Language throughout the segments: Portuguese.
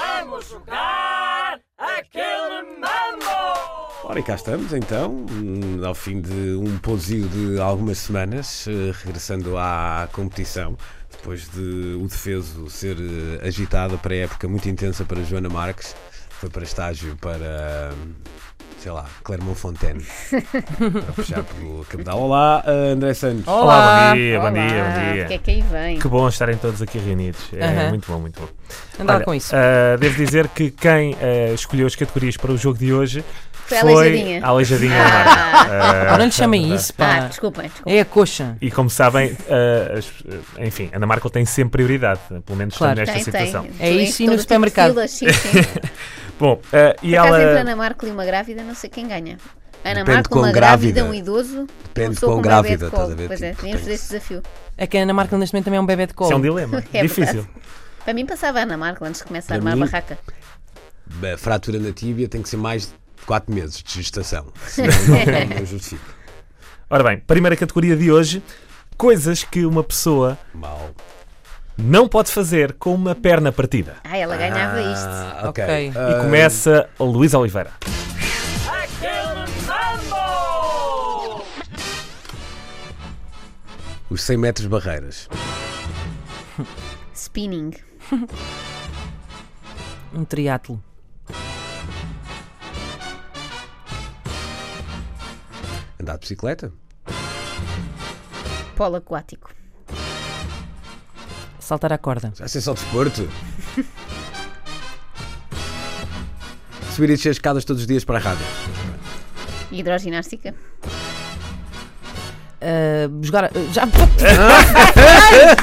Vamos jogar aquele mambo! Ora, e cá estamos então, hum, ao fim de um pousinho de algumas semanas, eh, regressando à competição, depois de o defeso ser eh, agitado para a época muito intensa para Joana Marques, foi para estágio para, hum, sei lá, Clermont Fontaine, para fechar pelo Cabedal. Olá, eh, André Santos. Oh, Olá, bom dia, bom Olá, dia, bom O que é dia. que aí vem? Que bom estarem todos aqui reunidos. É Aham. muito bom, muito bom. Andar Olha, com isso. ah, devo dizer que quem ah, escolheu as categorias para o jogo de hoje Foi a Aleijadinha. a Aleijadinha Ah. Marta. Ah, Ah, não lhe chamem isso, Ah, pá. desculpem, desculpem. É a coxa. E como sabem, ah, as- enfim, Ana Markel tem sempre prioridade, pelo menos Claro. nesta Tem, situação. tem. É isso e Todo no tipo de supermercado. filas, Sim, sim. Bom, ah, e Por acaso entre ela. Ana Marco e uma grávida, não sei quem ganha. Ana Depende Marco, quão uma grávida, grávida. um idoso, uma Depende pessoa quão com grávida, um bebê de estás a colo. ver? Pois é, Tipo, tínhamos fazer tem que- esse desafio. É que a Ana Markel neste momento também é um bebê de Isso é um colo. dilema, É difícil. Para mim passava a Ana Marco antes de começar a Para armar mim- a barraca. A fratura na tíbia tem que ser mais de 4 meses de gestação, senão não, não justifico. Ora bem, primeira categoria de hoje: coisas que uma pessoa Mal. não pode fazer com uma perna partida. Ah, ela ganhava isto. Ah, ok. Ok. E E Ah, começa a Luís Oliveira. Aquele mambo! Os 100 metros barreiras. Spinning. Um triatlo. Andar de bicicleta? Polo aquático. Saltar à corda. Já sei só desporto. Subir e descer as escadas todos os dias para a rádio. Hidroginástica. Ah, jogar. ah, É,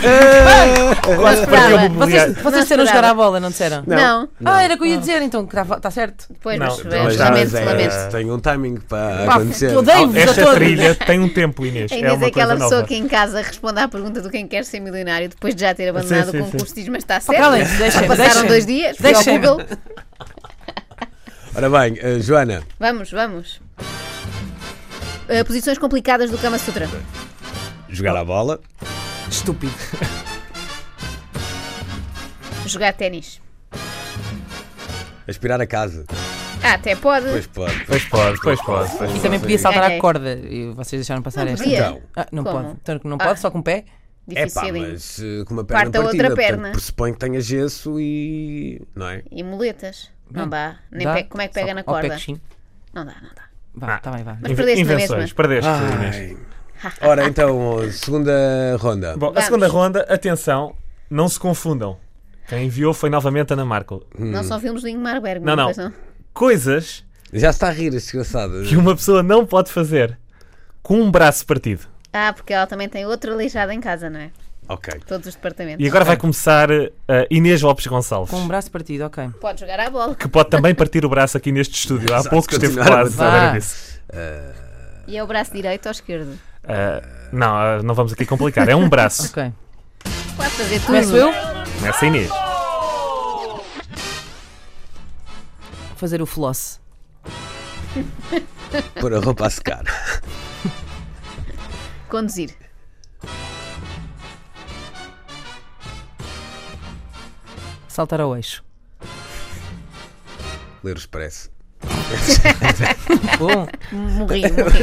já. Quase Não partiu esperava. é o mobiliário. Vocês, vocês disseram jogar esperava. à bola, não disseram? Não. Ah, era o que eu ia dizer então. Está certo? Depois, Não, mas, mas mas já- lamento, mas é- lamento. Tenho um timing para Pá, acontecer. eu odeio-vos a Esta todos. trilha tem um tempo, Inês. Quem é diz uma aquela coisa pessoa nova. que em casa responde à pergunta do quem quer ser milionário depois de já ter abandonado sim, o sim. concurso, diz, mas está certo. Calem-se, deixem. Passaram deixem. dois dias, fui ao Deixem. Google. Ora bem, eh, Joana, Vamos, vamos. Uh, posições complicadas do Kama Sutra. jogar à bola, Estúpido. Jogar ténis. aspirar a casa. Ah, até pode. Pois pode. Pois pode, pois pode. E também podia saltar à Ganhei. corda. E vocês deixaram passar Não esta. podia. Então, Ah, não Como? pode. Então, que não Ah. pode, só com o pé? é pá, Dificílimo. mas eh, com uma perna Parte a outra partida. portanto, perna. pressuponho que tenha gesso e. Não é? E muletas. Não dá. Nem Dá? pe- Como é que pega Só na ao pé corda? coxinho. Não dá, não dá. Ah. Vá, tá bem, vá. Mas perdeste na Invenções, mesma. perdeste, Inês. Ai. Ora, então, segunda ronda. Bom, a Vamos. segunda ronda, atenção, não se confundam. Quem enviou foi novamente Ana Marco. Hum. Não são filmes do Ingmar Bergman. Não, não. pois Coisas Já está a rir, este desgraçado. que um- uma pessoa não pode fazer com um braço partido. Ah, porque ela também tem outra lixada em casa, não é? Ok. Todos os departamentos. E agora vai começar eh, a Inês Lopes Gonçalves, Com um braço partido, ok. Pode jogar à bola. que pode também partir o braço aqui neste estúdio. Há Exato, pouco esteve continuar a quase a avançar. ver disso. E é o braço direito ou esquerdo? Eh, não, ah, não vamos aqui complicar. É um braço. Ok. Pode fazer tudo. Começo eu Começa a Inês. a fazer o floss. Pôr a roupa a secar. Conduzir. Saltar ao eixo. Ler o expresso. Bom. Morri, morri.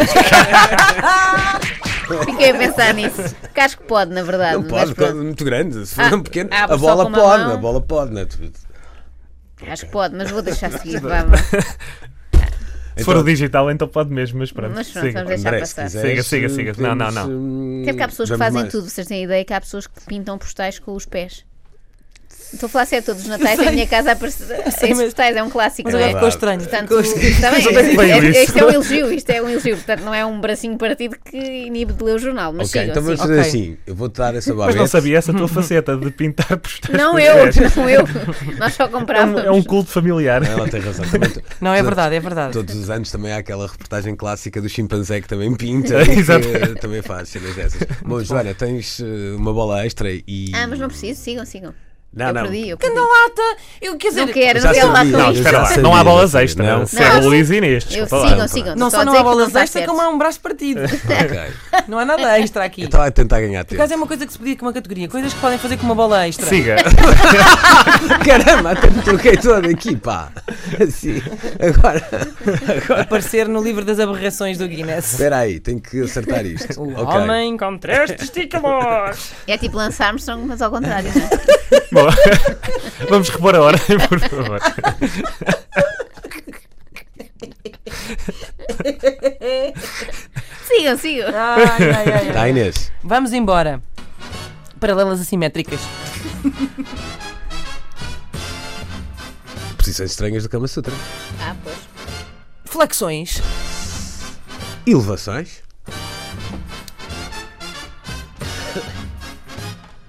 Fiquei a pensar nisso. Que acho que pode, na verdade. Não Ah, mas pode, pronto. é muito grande. Se for Ah, um pequeno, abre a só bola com uma pode, mão. a bola pode, não é? Tu- Acho que pode, mas vou deixar seguir. vá, vá. Se for o digital, então pode mesmo, mas pronto. Mas pronto, siga. vamos deixar André, se passar. quiseres, Siga, siga, siga. Não, não, não. podemos, hum, Até porque há pessoas que vamos fazem mais. tudo. Vocês têm ideia que há pessoas que pintam postais com os pés. Estou a falar sério, todos os natais em minha casa aparecem mas- postais, é um clássico. Mas não agora é? ficou estranho. Portanto, Ficou estranho. está bem, Mas onde é que veio é- é- isso? isto é um elogio, isto é um elogio. Portanto, não é um bracinho partido que inibe de ler o jornal, mas Ok, sigam, então vamos sigam. fazer Ok. assim. Eu vou-te dar essa Mas babete. não sabia essa tua faceta de pintar postais. Não com os eu, pés. não eu. Nós só É um, comprávamos. é um culto familiar. Ah, Ela tem razão. Também to- Não, é toda- verdade, é verdade. Todos os anos também há aquela reportagem clássica do chimpanzé que também pinta. É, e que, exato. eh, também faz cenas dessas. Bom, Joana, tens eh, uma bola extra e. Ah, mas não Ah, preciso, sigam, sigam. Não, eu não. perdi, eu perdi. Candalata! tá. Eu quer dizer. Não quero, Já não quero lá sabia. Não, com isso. espera já lá, sabia, não há bolas sabia, extra. não. Segue o Luís Inês. Eu, desculpa lá. sigam, Não, sigam. Não Estou só não há a dizer que bolas não está extra, certo. como há um braço partido. Ok. Não há nada extra aqui. Eu estava a tentar ganhar Por tempo. acaso é uma coisa que se podia com uma categoria. Coisas que podem fazer com uma bola extra. Siga. Caramba, até me troquei todo aqui, pá. Assim, agora. Aparecer no livro das aberrações do Guinness. Espera aí, tenho que acertar isto. Um O Ok. homem com três testículos. É tipo Lance Armstrong, mas ao contrário, não é? Bom, vamos repor a ordem, por favor. Sigam, sigam. Ai, ai, ai, ai. Tá, Inês. Vamos embora. Paralelas assimétricas. Posições estranhas do Kama Sutra. Ah, pois. Flexões. Elevações.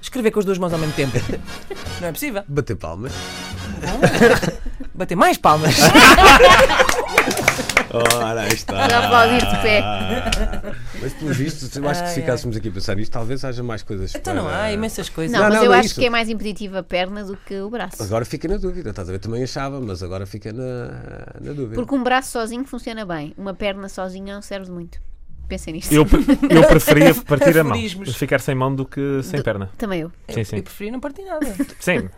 Escrever com as duas mãos ao mesmo tempo. Não é possível. Bater palmas. Bater mais palmas. Ora, aí está. Vou é aplaudir de pé. Mas pelo visto, eu acho que se ficássemos aqui a pensar nisto, talvez haja mais coisas. Então não para- há imensas coisas. Não, Não, mas não, eu não é acho isso. que é mais impeditiva a perna do que o braço. é um Agora fica na dúvida, estás a ver? Também achava, mas agora fica na, na dúvida. Porque um braço sozinho funciona bem, uma perna sozinha não serve de muito. Pensem nisto. Eu, eu preferia partir a mão. Aforismos. Ficar sem mão do que sem perna. Também eu. Sim, sim. Eu preferi não partir nada. Sim,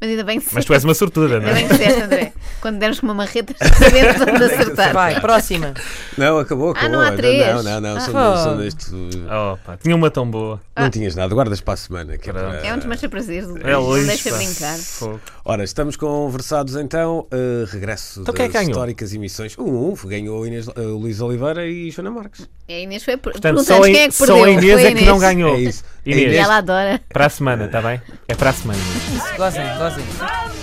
Mas ainda bem que mas tu és uma sortuda, não Ainda bem é? que disseste, André. Quando dermos com uma marreta, sabemos onde acertar. Vai, próxima. Não, acabou, Ah, acabou. não há três. Não, não, não, Ah. são, Oh. são deste. Oh, pá, tinha uma tão boa. Não tinhas nada, guardas para a semana. Que é Caramba. para- É um desmancha prazer, É não Luís. deixa pá. brincar. Fogo. Ora, estamos conversados então. eh, regresso Então das quem é que ganhou? históricas emissões. Um, um ganhou Inês, eh, Luís Oliveira e Joana Marques. E a É Inês foi. Portanto, Perguntamos só a, quem é que só perdeu. a Inês Foi a é que não ganhou. É isso. Inês. E ela adora. tá Para a semana, está bem? É para a semana. Gozem, gozem. Mambo!